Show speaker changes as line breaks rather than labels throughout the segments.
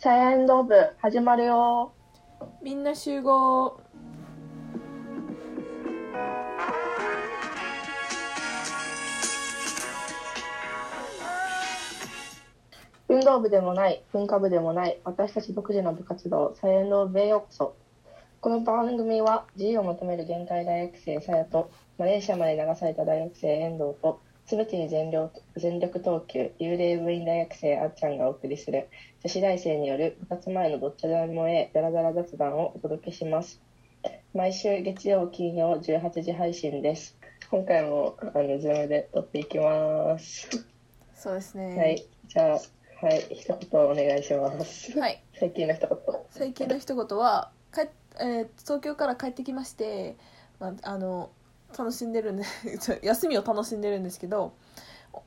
チャイエンド部始まるよ
みんな集合
運動部でもない文化部でもない私たち独自の部活動チャイエンド部へようこそこの番組は自由を求める現代大学生さやとマレーシアまで流された大学生遠藤と全てに全力全力投球幽霊部員大学生あっちゃんがお送りする女子大生による部活前のどっちでもええダラダラ雑談をお届けします毎週月曜金曜18時配信です今回もあのズームで撮っていきます
そうです
は
ね
いじゃあはい一言お願いします
はい、
最近の一言
最近の一言は帰っ、えー東京から帰ってきまして、まあ、あの楽しんでるんで ちょ休みを楽しんでるんですけど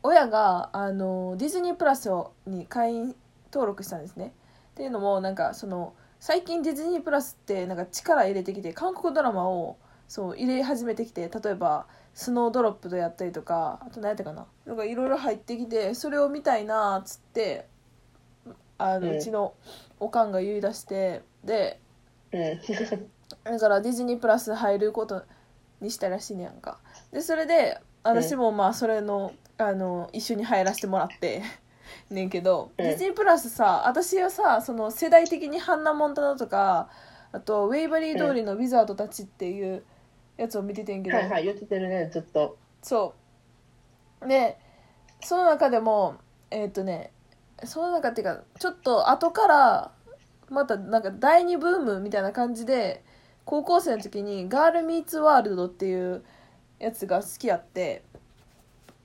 親があのディズニープラスをに会員登録したんですね。っていうのもなんかその最近ディズニープラスってなんか力入れてきて韓国ドラマをそう入れ始めてきて例えば「スノードロップ」でやったりとかあと何やったかななんかいろいろ入ってきてそれを見たいなっつってあの、
うん
うちのおかんが言い出してで
うん
だからディズニープラス入ることにしたらしいねやんかでそれで私もまあそれの,、あの一緒に入らせてもらって ねんけど、
うん
ディズニープラスさ私はさその世代的に「ハンナ・モンタナ」とかあと「ウェイバリー通りのウィザードたち」っていうやつを見ててんけど、
はいはい言っててるねずっと
そうでその中でもえーっ、とねその中っていうかちょっと後からまたなんか第二ブームみたいな感じで高校生の時に「ガール・ミーツ・ワールド」っていうやつが好きやって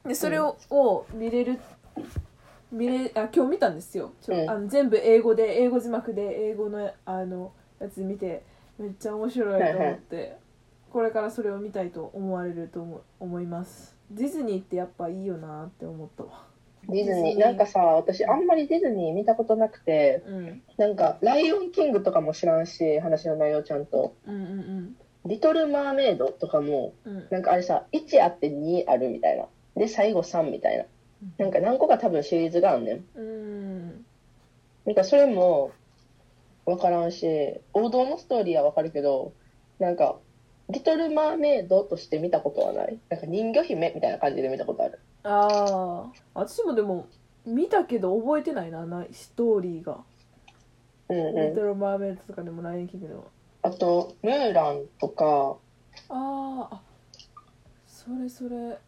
でそれを,、を見れる見れあ今日見たんですよちょ、
うん
あの全部英語で英語字幕で英語のあのやつ見てめっちゃ面白いと思ってこれからそれを見たいと思われると思う思いますディズニーってやっぱいいよなって思ったわ
ディズ
ディズニ
ニー
ー
なんかさ私あんまりディズニー見たことなくて
うん
なんか「ライオンキング」とかも知らんし話の内容ちゃんと
うんうん
「リトル・マーメイド」とかも
うんうん
なんかあれさ1あって2あるみたいなで最後3みたいななんか何個か多分シリーズがあんねん
うん
なんかそれも分からんし王道のストーリーは分かるけどなんか「リトル・マーメイド」として見たことはないなんか人魚姫みたいな感じで見たことある
ああ私もでも見たけど覚えてないななストーリーが
うん
「リ
うん
トル・マーメイド」とかでも「ライオンキング」でも
あと「ムーラン」とか
あーあそれそれ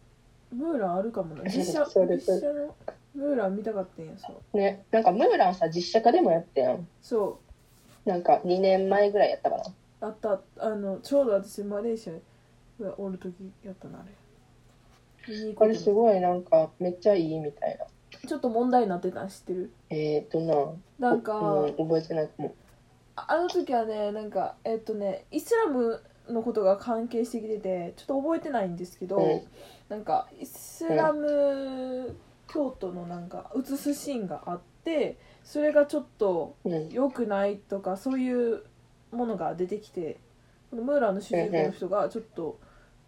ムーランあるかもな実写
それそれ
実写のムーラン見たかったんやそう
ねなんかムーランさ実写化でもやってやん
そ
なんか2年前ぐらいやったかな
うあったあのちょうど私マレーシアがおる時やったなあれ見に行
こ
こ
れ
う
す
と思っ
ごいなんかめっちゃいいみたいな
てちょっと問題になってたん知ってる
えー、とな
なんか、
うん、覚えてないかも
ああの時はねなんかえっとねイスラムのことが関係してきててちょっと覚えてないんですけど、
うん
なんかイスラム教徒のなんか映すシーンがあってそれがちょっと
うん
良くないとかそういうものが出てきてこのムーランの主人公の人がちょっと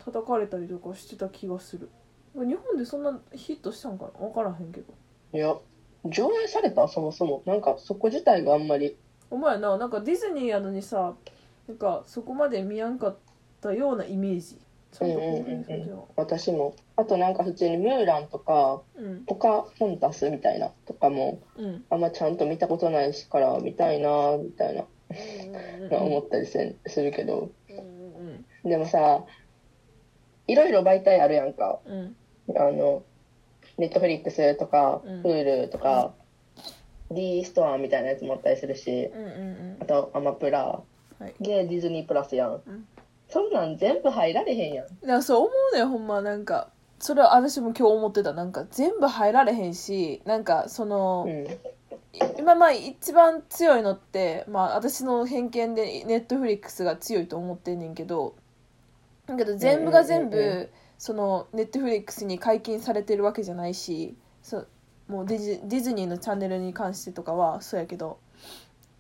叩かれたりとかしてた気がする日本でそんなヒットしたんかな分からへんけど
いや上映されたそもそもなんかそこ自体があんまり
お前ななんかディズニーやのにさなんかそこまで見やんかったようなイメージちゃんと公開されてなかっ
私もあとなんか普通にムーランとか
たうん
ポカホンタスみたいなとかも
うん
あんまちゃんと見たことないしから見たいなみたいな思ったりせんするけど
うん
でもさいろいろ媒体あるやんか
うん
あの、ネットフリックスとか、
うん
Hulu とか、D ストアみたいなやつもあったりするし、
うんうん
あとアマプラ、
はい
で、ディズニープラスやん。
うん
そんなん全部入られへんやん。
だからそう思うねほんまなんかそれは私も今日思ってたなんか全部入られへんしなんかその、
うん。
今まあ一番強いのって、まあ、私の偏見でネットフリックスが強いと思ってんねんけどだけど全部が全
うんうんうんう
部そのネットフリックスに解禁されてるわけじゃないしそもうディジディズニーのチャンネルに関してとかはそうやけど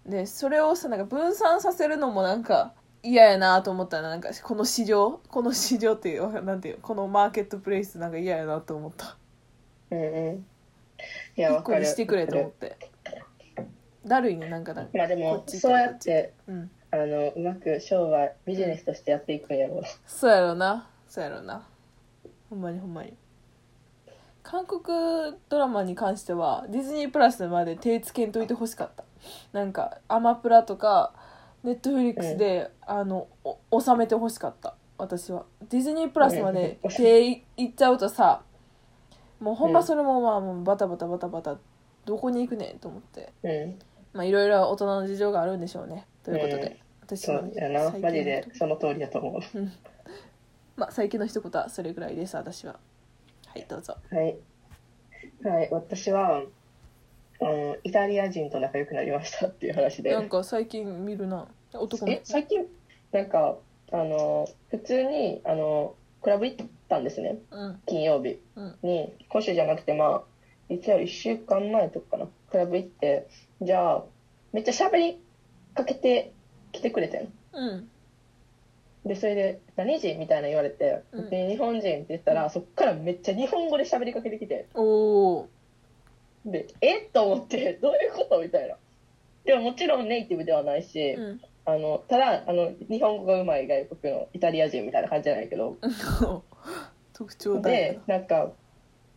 でそれをさなんか分散させるのもなんか嫌やなと思ったらなんかこの市場この市場っていうなんていうこのマーケットプレイスなんか嫌やなと思った
うんうん。いや、
一
わ
個
か
に
る。
してくれと思ってだるいねなんかだ
まあで
こ
も
っち行ったり
そうやって
うん
あのうまく商売ビジネスとしてやっていくんやろうな
そうやろうなそうやろうなほんまにほんまに韓国ドラマに関してはディズニープラスまで手つけんといてほしかったなんかアマプラとかネットフリックスで、あのお収めてほしかった私はディズニープラスまで
うん
手いいっちゃうとさもうほんま
うん
それもまあもうバタバタバタバタどこに行くねんと思って
うん
まあいろいろ大人の事情があるんでしょうねということで、私
そ
の
うやな
最近の
マジでその通りだと思う
まあ、最近の一言はそれぐらいです私ははいどうぞ
はいはい私はあのイタリア人と仲良くなりましたっていう話で
なんか最近見るな男の
え最近なんかあの普通にあのクラブ行ったんですね
うん
金曜日
うん
に今週じゃなくてまあ一応1週間前とかかなクラブ行ってじゃあめっちゃ喋りかけて来てくれてん
うん
でそれで「何時?」みたいな言われて「
うん
で日本人」って言ったらそっからめっちゃ日本語で喋りかけてきて
おお
で「えっ?」と思って「 どういうこと?」みたいな。でももちろんネイティブではないし、
うん
あのただあの日本語がうまい外国のイタリア人みたいな感じじゃないけど
特徴だよ
でなんか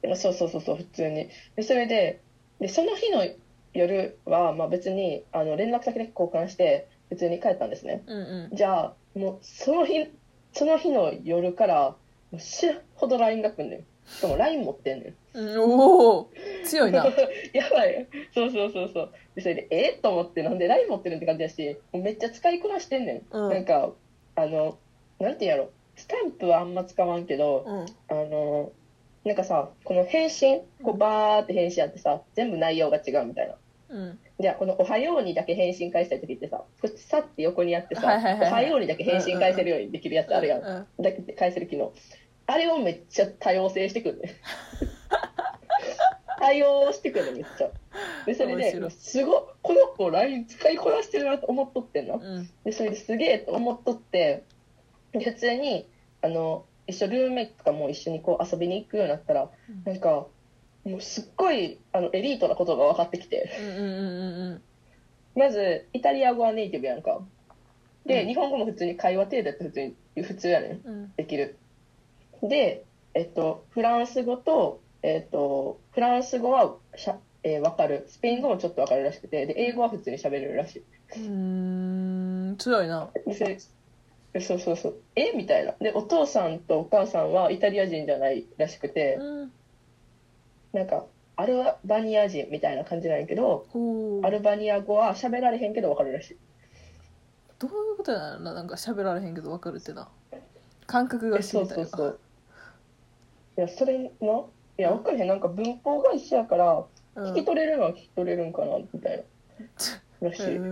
でもそうそうそうそう普通にでそれででその日の夜は、まあ、別にあの連絡先だけ交換して普通に帰ったんですね
うんうん
じゃあもうその日その日の夜からもう死ぬほど LINE が来んねんしかも LINE 持ってんねん
うんおお強いな
やばいそうそうそうそうでそれでえっと思ってなんで LINE 持ってるんって感じだしもうめっちゃ使いこなしてんねん、
うん
なんかあのなんていうんやろスタンプはあんま使わんけど、
うん
あのなんかさこの返信こうバーって返信あってさ全部内容が違うみたいな
うん
じゃあこの「おはよう」にだけ返信返したい時ってさこっちさって横にやってさ「
はいはいはいはい
おはよう」にだけ返信返せるようにできるやつあるやん、
うん
だけ返せる機能あれをめっちゃ多様性してくるね 対応してくるのめっちゃでそれ
面白い
で、すごいこの子 LINE 使いこなしてるなと思っとってんな
うん
でそれですげえと思っとってで普通にあの一緒ルームメイトとかも一緒にこう遊びに行くようになったら
うん
なんかもうすっごいあのエリートなことが分かってきて
うんうんうん
まずイタリア語はネイティブやんかで、
うん
日本語も普通に会話程度やって普通に普通やねん
うんうん
できるで、えっと、フランス語と,、えっとフランス語はしゃ、えー、分かるスペイン語もちょっと分かるらしくてで英語は普通に喋れるらしいう
ーん強いな
でそうそうそうえみたいなでお父さんとお母さんはイタリア人じゃないらしくて
うん
なんかアルバニア人みたいな感じなんやけど
おお
アルバニア語は喋られへんけど分かるらしい
どういうことなのななんか喋られへんけどわかるってな感覚が知
そう
りたい
そうそ
わ
ういやそれのいや分かるへんなんか文法が一緒やから
うん
聞き取れるのは聞き取れるんかなみたいならしい、
う
っ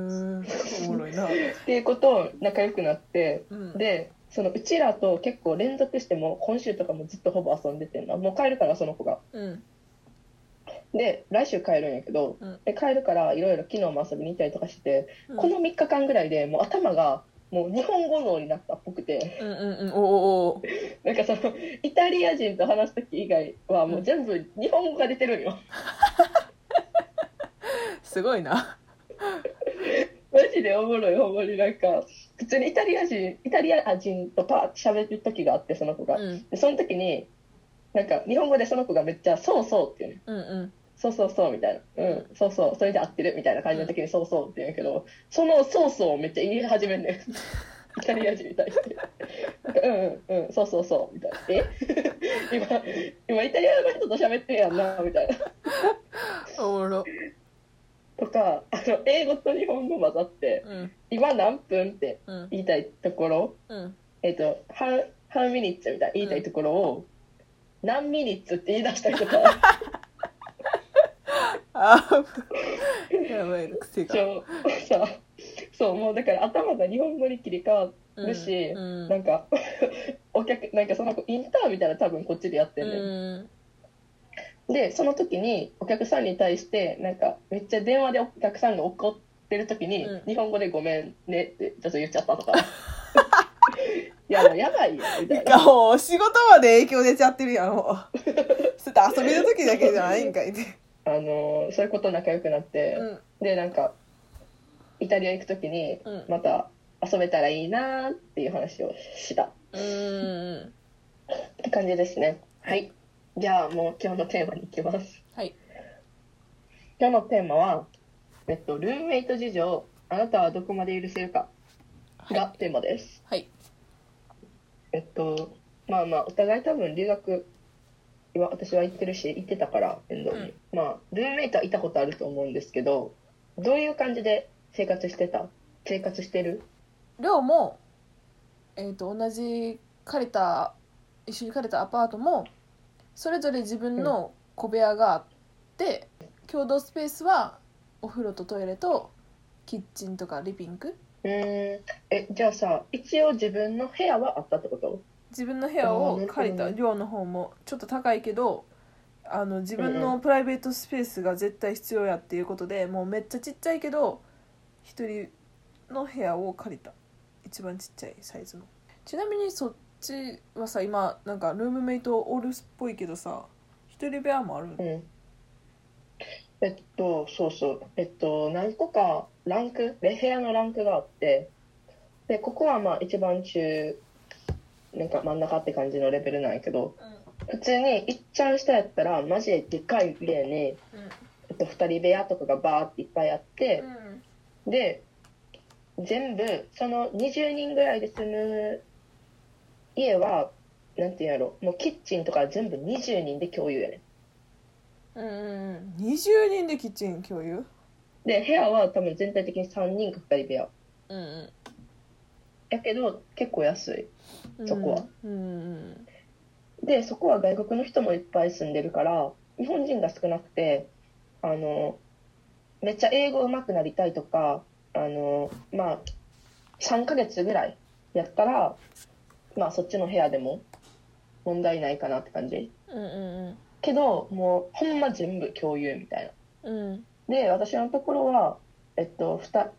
ーんおもろいな
ていうことを仲良くなって
うん
でそのうちらと結構連続してもう今週とかもずっとほぼ遊んでてんなもう帰るからその子が
うん
で来週帰るんやけど、
うん
で帰るからいろいろ昨日も遊びに行ったりとかして、
うん
この3日間ぐらいでもう頭がもう日本語脳になったっぽくて
うんうんうんおおお
なんかそのイタリア人と話す時以外はもう全部日本語が出てるんよ
すごいな
マジでおもろいほんまになんか普通にイタリア人イタリア人とパーって喋る時があってその子
う
が、
ん
でその時になんか日本語でその子がめっちゃ「そうそう」って言うね
うんうん
そうそうそうみたいな、うん、そうそう、それで合ってるみたいな感じの時にそうそうって言うんやけど、そのそうそうをめっちゃ言い始 めんねん。イタリア人に対して。なんかうんうんうん、そうそうそうみたいな。え今、 今イタリアの人と喋ってるやんな、みたいな。
おもろ
とか、あの、英語と日本語混ざって、
うん
今何分って
うん
言いたいところ、
うん
えっ、と、半、半ミニッツみたいな言いたいところを、何ミニッツって言い出したりとか。
あぶやばい癖が
そうさそうもうだから頭が日本語に切り替わるし、
うん
なんか お客なんかその子インターンみたいな多分こっちでやって
う
る、ね
ん
でその時にお客さんに対してなんかめっちゃ電話でお客さんが怒ってる時に、
うん
日本語で「ごめんね」ってちょっと言っちゃ ったとかいやもうやばいよみたいな
もう仕事まで影響出ちゃってるやんも うそれって遊びの時だけじゃないんかいね
あのーそういうこと仲良くなって、
うん
でなんかイタリア行く時に
うん
また遊べたらいいなっていう話をした
うーん
って感じですねはいじゃあもう今日のテーマに行きます
はい
今日のテーマは、えっと、ルームメイト事情あなたはどこまで許せるか
はい
がテーマです、
はい
えっとまあまあお互い多分留学は私は行ってるし行ってたから遠藤に、まあルームメイトはいたことあると思うんですけどどういう感じで生活してた生活してる
寮も、えー、と同じ借りた一緒に借りたアパートもそれぞれ自分の小部屋があって、共同スペースはお風呂とトイレとキッチンとかリビング
うーんえじゃあさ一応自分の部屋はあったってこと
自分の部屋
あーな
を
るほど
借りた寮の方もちょっと高いけどあの自分のプライベートスペースが絶対必要やっていうことでもうめっちゃちっちゃいけど一人の部屋を借りた一番ちっちゃいサイズのちなみにそっちはさ今なんかルームメイトオールスっぽいけどさ一人部屋もあるの
うんえっとそうそうえっと何個かランクレ部屋のランクがあってでここはまあ一番中なんか真ん中って感じのレベルなんやけど普通にいっちゃん下やったらマジででかい家に、えっと、2人部屋とかがバーっていっぱいあってで全部その20人ぐらいで住む家はなんていうんやろもうキッチンとか全部20人で共有やね
うんうん20人でキッチン共有
んで部屋は多分全体的に3人か2人部屋
うん
やけど結構安いそこは
うんうん
でそこは外国の人もいっぱい住んでるから日本人が少なくてあのめっちゃ英語上手くなりたいとかあのまあ3ヶ月ぐらいやったらまあそっちの部屋でも問題ないかなって感じ
うんうん
けどもうほんま全部共有みたい
うんうん
なで私のところはえっとふた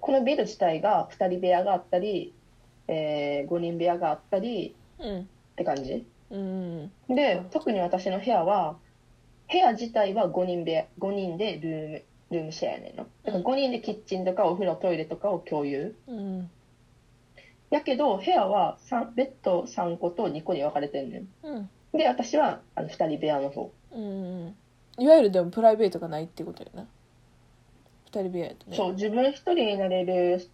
このビル自体が2人部屋があったり、え5人部屋があったり
うん
って感じ
うん
で特に私の部屋は部屋自体は5人部屋5人でルームルームシェアやねんなだから5人でキッチンとかお風呂トイレとかを共有
うん
やけど部屋は三ベッド3個と2個に分かれてんね
うん
んで私はあの2人部屋の方
うんいわゆるでもプライベートがないってことやな二人部屋やとね
そう自分1人になれる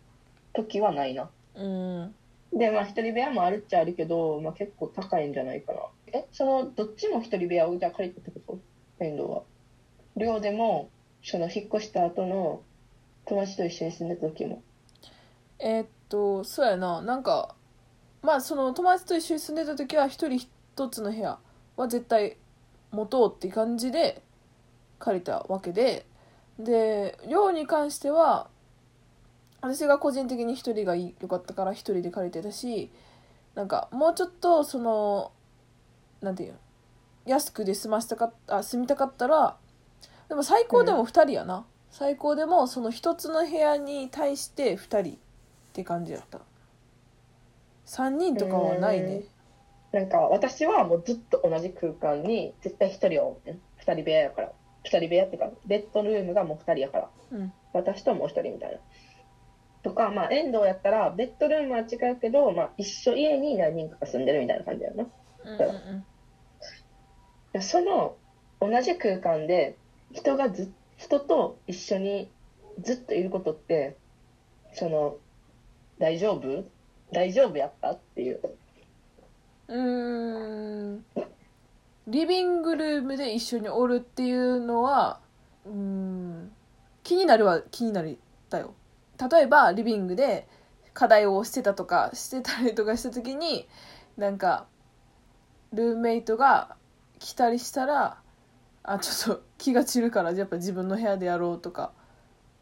時はないな
うん
でまあ1人部屋もあるっちゃあるけど、まあ、結構高いんじゃないかなえそのどっちも1人部屋をじゃあ借りてたってこと遠藤は寮でもその引っ越した後の友達と一緒に住んでた時も
えーっとそうやななんかまあその友達と一緒に住んでた時は一人一つの部屋は絶対持とうって感じで借りたわけでで寮に関しては私が個人的に一人がいい良かったから一人で借りてたしなんかもうちょっとそのなんていうの安くで済ましたかったあ住みたかったらでも最高でも2人やな、最高でもその1つの部屋に対して2人って感じだった3人とかはないね
なんか私はもうずっと同じ空間に絶対1人を置いてん2人部屋やから2人部屋っていうかベッドルームがもう2人やから
うん
私ともう1人みたいなとかまあ遠藤やったらベッドルームは違うけど、まあ、一緒家に何人かが住んでるみたいな感じだよな
うん
ん
うん
でその同じ空間で人がず人と一緒にずっといることってその大丈夫大丈夫やったっていう
うーんリビングルームで一緒におるっていうのはうーん気になるは気になりだよ例えばリビングで課題をしてたとかしてたりとかした時になんかルームメイトが来たりしたらあちょっと気が散るからやっぱ自分の部屋でやろうとか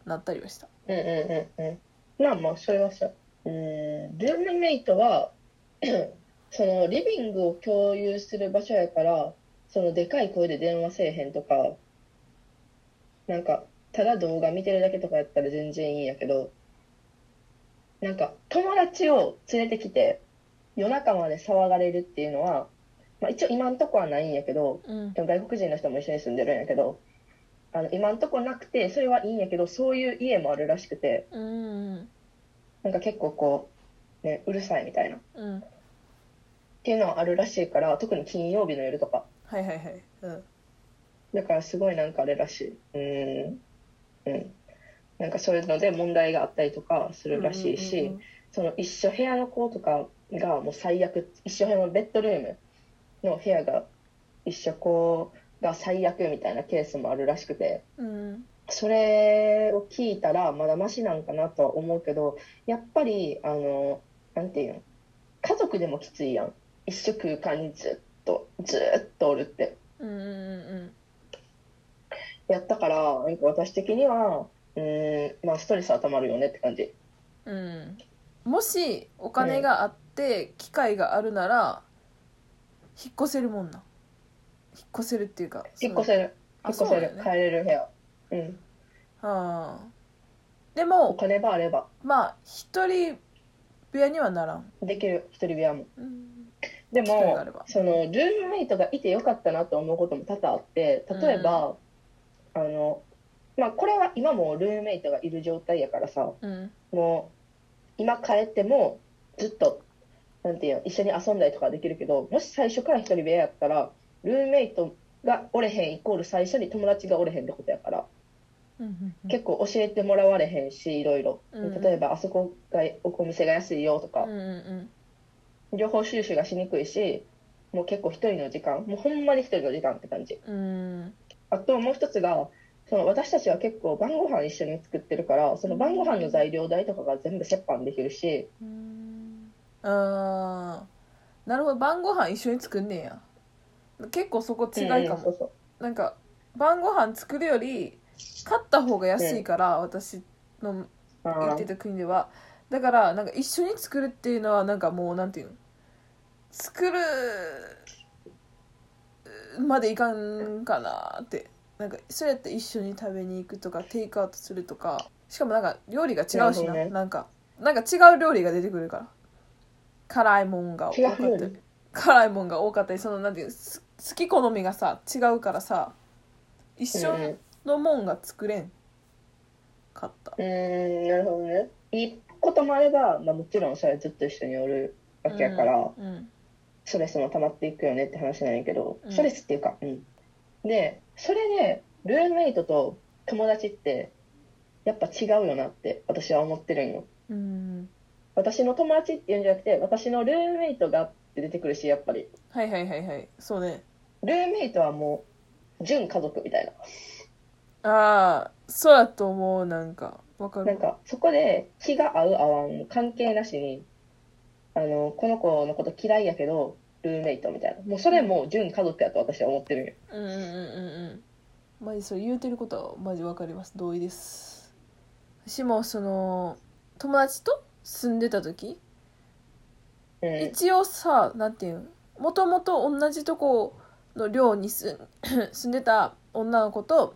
なったりはした
うんうんうんうんまあまあそれはさうんルームメイトは そのリビングを共有する場所やからそのでかい声で電話せえへんとかなんかただ動画見てるだけとかやったら全然いいんやけどなんか友達を連れてきて夜中まで騒がれるっていうのは、まあ、一応今んとこはないんやけど
うん
でも外国人の人も一緒に住んでるんやけどああの今んとこなくてそれはいいんやけどそういう家もあるらしくて
うん
なんか結構こう、ね、うるさいみたいなっ
うん
ていうのはあるらしいから特に金曜日の夜とか
はいはいはいうん
だからすごいなんかあれらしいうんうんなんかそういうので問題があったりとかするらしいし、
うんうん
その一緒部屋の子とかがもう最悪一緒部屋のベッドルームの部屋が一緒子が最悪みたいなケースもあるらしくて
うんうん
それを聞いたらまだマシなんかなとは思うけどやっぱりあのなんていうの家族でもきついやん一緒空間にずっとずっとおるって
うんうん
やったからなんか私的にはうーんまあストレスはたまるよねって感じ
うんうんもしお金があって機会があるなら引っ越せるもんな引っ越せるっていうか
引っ越せる
あ
引っ越せ
そうだ
る、
よね
帰れる部屋うん
はあで
お
も
金ばあれば
まあ一人部屋にはならん、
できる一人部屋も
うん、
で
機会があ
も
れば
そのルームメイトがいてよかったなと思うことも多々あって例えば、あのまあこれは今もルームメイトがいる状態やからさ
うん
もう今帰ってもずっとなんていうの一緒に遊んだりとかはできるけどもし最初から一人部屋やったらルームメイトがおれへんイコール最初に友達がおれへんってことやから
うん
結構教えてもらわれへんしいろいろ
うん
例えばあそこがおお店が安いよとか
うんうん
情報収集がしにくいしもう結構一人の時間もうほんまに一人の時間って感じ
うんうん
あともう一つがその私たちは結構晩ご飯一緒に作ってるからその晩ご飯の材料代とかが全部折半できるし
うんあーなるほど晩ご飯一緒に作んねや結構そこ違いか
うんそ
も、
うそう
なんか晩ご飯作るより買った方が安いから、私の
あ
行って
ー
た国ではだからなんか一緒に作るっていうのはなんかもうなんていうの作るまでいかんかなってなんかそれやって一緒に食べに行くとかテイクアウトするとかしかもなんか料理が違うし
なるほど
な、
ね
なんかなんか違う料理が出てくるから辛いもんが多か
違う
った
料
り
理
辛いもんが多かったりそのなんていうす好き好みがさ違うからさ一
うん
緒のもんが作れんかった
うーんなるほどねいいこともあれば、まあ、もちろんそれはずっと一緒におるわけやから、
うんうん
ストレスも溜まっていくよねって話なんやけど、
うん
ストレスっていうか、うん、でそれでルームメイトと友達ってやっぱ違うよなって私は思ってるんよ
うん
私の友達っていうんじゃなくて私のルームメイトがって出てくるしやっぱり
はいはいはいはいそうね
ルームメイトはもう純家族みたいな
ああそうやと思うなんかわかる
なんかそこで気が合う合わん関係なしにあのこの子のこと嫌いやけどルームメイトみたいなもうそれも純家族やと私は思ってるんよ
うんうんうんうんうんマジそれ言うてることはマジわかります同意です私もその友達と住んでた時、
うん
一応さなんていうんもともと同じとこの寮に住ん 住んでた女の子と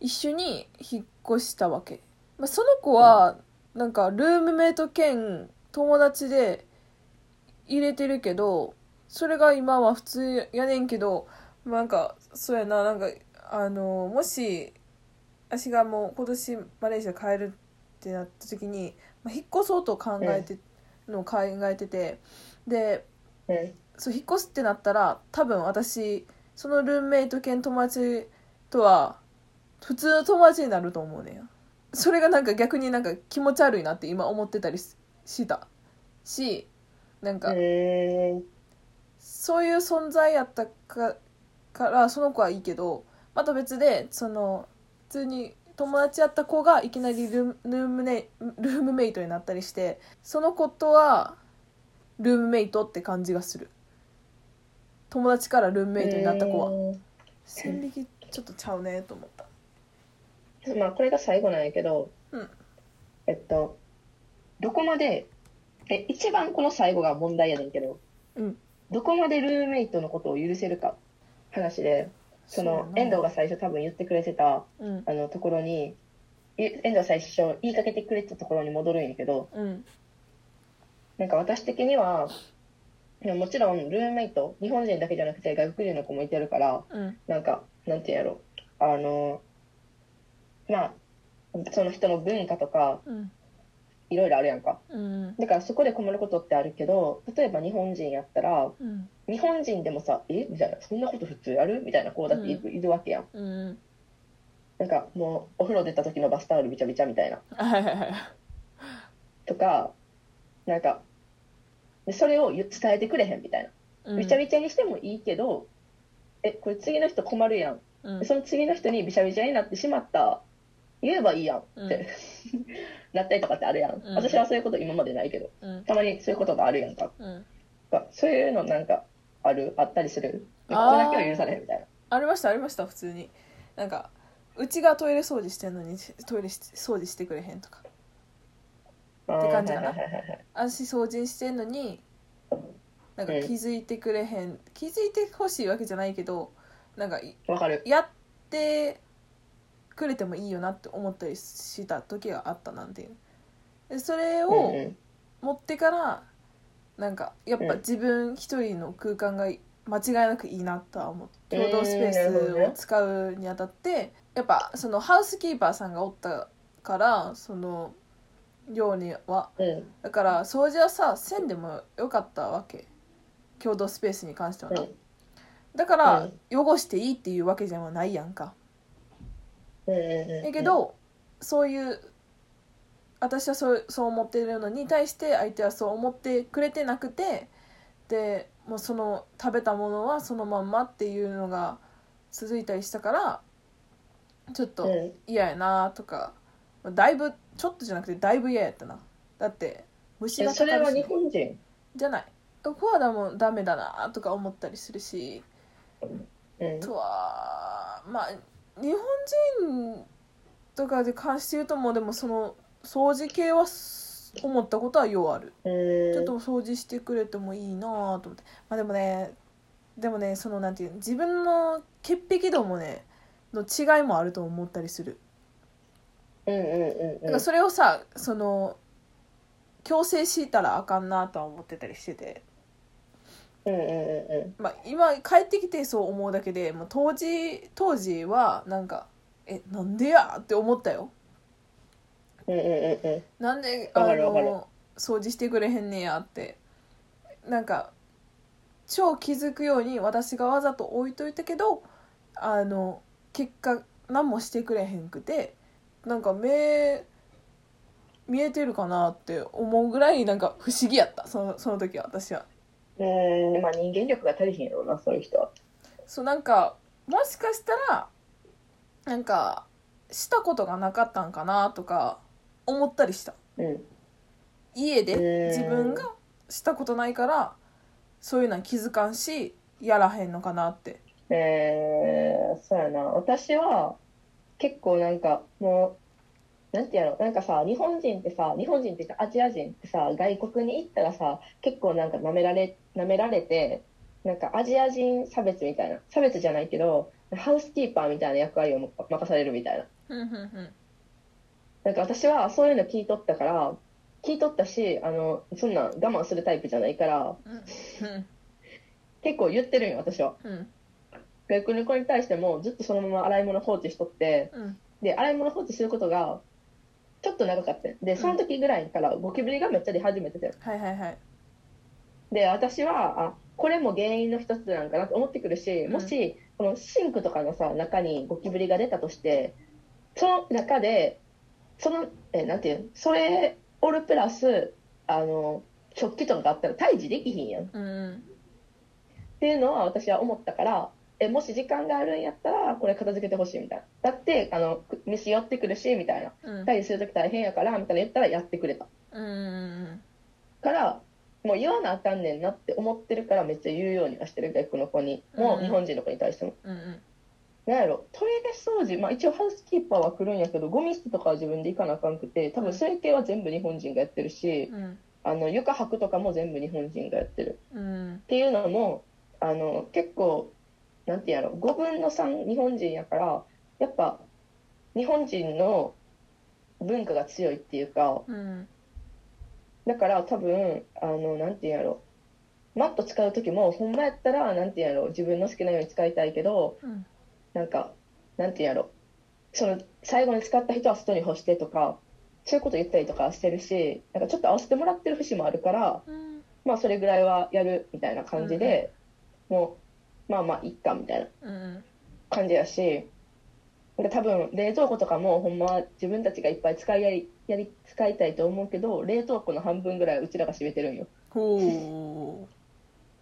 一緒に引っ越したわけ、まあ、その子はなんかルームメイト兼友達で入れてるけどそれが今は普通やねんけどまあなんかそうやななんかあのもし私がもう今年マレーシア帰るってなった時に、まあ、引っ越そうと考えてのを考えててで
うん
そう引っ越すってなったら多分私そのルームメイト兼友達とは普通の友達になると思うねんそれがなんか逆になんか気持ち悪いなって今思ってたりししたしなんか
うん
そういう存在やったかからその子はいいけどまた別でその普通に友達やった子がいきなりルールームネルームメイトになったりしてその子とはルームメイトって感じがする友達からルームメイトになった子は
うん
線引きちょっとちゃうねと思った
まあこれが最後なんやけど、
うん
えっとどこまでえ一番この最後が問題やねんけど
うん
どこまでルームメイトのことを許せるか話でその遠藤
が
が最初多分言ってくれてた
うん
あのところにい遠藤最初言いかけてくれてたところに戻るんやけど
うん
なんか私的にはでももちろんルームメイト日本人だけじゃなくて外国人の子もいてるから
うん
なんかなんていうんやろあのまあその人の文化とか
うん
いろいろあるやんか
うん
だからそこで困ることってあるけど例えば日本人やったら
うん
日本人でもさ「えみたいな「そんなこと普通やる?」みたいな子だっている,、いるわけやん
うん
なんかもうお風呂出た時のバスタオルびちゃびちゃみたいな
はいはいはい
とかなんかでそれを言伝えてくれへんみたいな、
うん
びちゃびちゃにしてもいいけどえこれ次の人困るやん
うん
その次の人にびしゃびしゃになってしまった言えばいいやんって、
うん
なったりとかってあるやん、
うん
私はそういうこと今までないけど
うん
たまにそういうことがあるやんか
うん
そういうのなんかあるあったりするここ
あー
だけは許されへんみたい
ありましたありました普通になんかうちがトイレ掃除してんのにトイレし掃除してくれへんとか
な
って感じかな
あーはいはいはいはい
足掃除してんのになんか気づいてくれへん、気づいてほしいわけじゃないけどなんかい
わかる
やってくれてもいいよなって思ったりした時があったなんていうでそれ
うん
を
うん
持ってからなんかやっ
う
ぱ
ん
自分一人の空間が間違いなくいいなとは思って
うー
共
ん
同スペー
なるほど
スを
ね
使うにあたってやっぱそのハウスキーパーさんがおったからその寮には
うん
だから掃除はさせんでもよかったわけ共同スペースに関しては
う
な、
ん
だから
う
汚していいっていうわけでもないやんか
うんうんうん
だけど、そういう私はそうそう思ってるのに対して相手はそう思ってくれてなくてでもうその食べたものはそのまんまっていうのが続いたりしたからちょっ
う
と
ん
嫌やなとかだいぶちょっとじゃなくてだいぶ嫌やったなだって虫
え
がかか
そ
るし
れは日本人
じゃないコアラもダメだなとか思ったりするし
うん
あとはまあ日本人とかで関して言うともうでもその掃除系はす思ったことはようある
うん
ちょっと掃除してくれてもいいなぁと思ってまあでもねでもねそのなんていうの自分の潔癖度もねの違いもあると思ったりする
うんうんうん
だ
うん
からそれをさその強制したらあかんなとは思ってたりしてて
うんうんうんうん
まあ、今帰ってきてそう思うだけでもう当時当時はなんか「えなんでや!」って思ったよ。
うんうんうんうん
なんであ
わかるわかる
の掃除してくれへんねやってなんか超気づくように私がわざと置いといたけどあの結果何もしてくれへんくてなんか目見えてるかなって思うぐらいなんか不思議やったそのその時は私は。
うんまあ人間力が足りひんやろうなそういう人は
そうなんかもしかしたらなんかしたことがなかったんかなとか思ったりした
うん
家で
うん
自分がしたことないからそういうのは気づかんしやらへんのかなって
えー、そうやな私は結構なんかもうなんていうのなんかさ日本人ってさ日本人っていうかアジア人ってさ外国に行ったらさ結構なんか舐められ舐められてなんかアジア人差別みたいな差別じゃないけどハウスキーパーみたいな役割を任されるみたいな
うんうん
なんか私はそういうの聞いとったから聞いとったしあのそんなん我慢するタイプじゃないから結構言ってるんよ私は
うんうん
外国の子に対してもずっとそのまま洗い物放置しとって
うん
で洗い物放置することがちょっと長かったよでその時ぐらいからゴキブリがめっちゃ出始めてたよ
はいはいはい
で私はあこれも原因の一つなんかなと思ってくるし
うん
もしこのシンクとかのさ中にゴキブリが出たとしてその中でそのえなんていうのそれオルプラスあの食器とかがあったら退治できひんやんっ
うんうん
ていうのは私は思ったからえもし時間があるんやったらこれ片付けてほしいみたいなだってあの虫寄ってくるしみたいな
うん
対治する時大変やからみたいな言ったらやってくれた
うん
からもう言わなあかんねんなって思ってるからめっちゃ言うようにはしてる外国の子にも、
うん
日本人の子に対しても
うんうん
なんやろトイレ掃除、まあ、一応ハウスキーパーは来るんやけどゴミ捨てとかは自分で行かなあかんくて多分それ系は全部日本人がやってるし、
うん
あの床履くとかも全部日本人がやってる
うん
っていうのもあの結構なんていうんやろ5分の3日本人やからやっぱ日本人の文化が強いっていうか、
うん
だから多分あのなんていうんやろマット使う時もほんまやったらなんていうんやろ自分の好きなように使いたいけど
うん
なんかなんていうんやろその最後に使った人は外に干してとかそういうこと言ったりとかしてるしなんかちょっと合わせてもらってる節もあるから、
うん
まあ、それぐらいはやるみたいな感じで、もうまあまあいっかみたいな
うん
感じやしなんか多分冷蔵庫とかもほんまは自分たちがいっぱい使いやりやり使いたいと思うけど冷凍庫の半分ぐらいはうちらが占めてるんよ。
ほ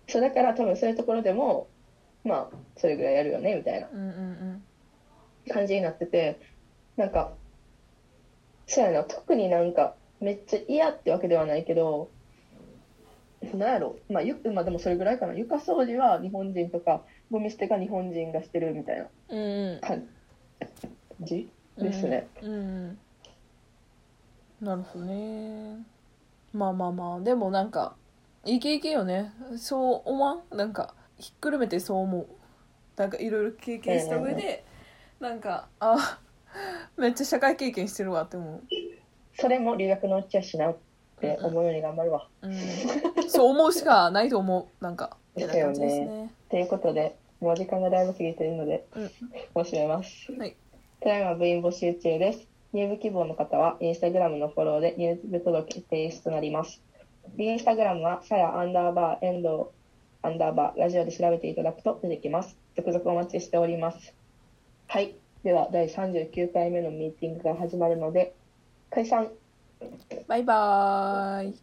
そうだから多分そういうところでもまあそれぐらいやるよねみたいな
ううんうん
感じになっててなんかそうやな特になんかめっちゃ嫌ってわけではないけどなんやろまあゆまあでもそれぐらいかな床掃除は日本人とかゴミ捨てが日本人がしてるみたいな
うんうん
感じ
うん
ですね、
うんうんなるほどねまあまあまあでもなんかいけいけよねそう思わんなんかひっくるめてそう思うなんかいろいろ経験した上で、なんかあめっちゃ社会経験してるわって思う
それも留学のうちやしなって思うように頑張るわ、
うん、そう思うしかないと思うな んか
ですよね
ってな感じですね
ということでもう時間がだいぶ過ぎているので、
うん
もう締めます
はい
ただいま部員募集中です。入部希望の方は、インスタグラムのフォローで入部届提出となります。インスタグラムは、さやアンダーバー、エンドアンダーバー、ラジオで調べていただくと出てきます。続々お待ちしております。はい。では、第39回目のミーティングが始まるので、解散
バイバーイ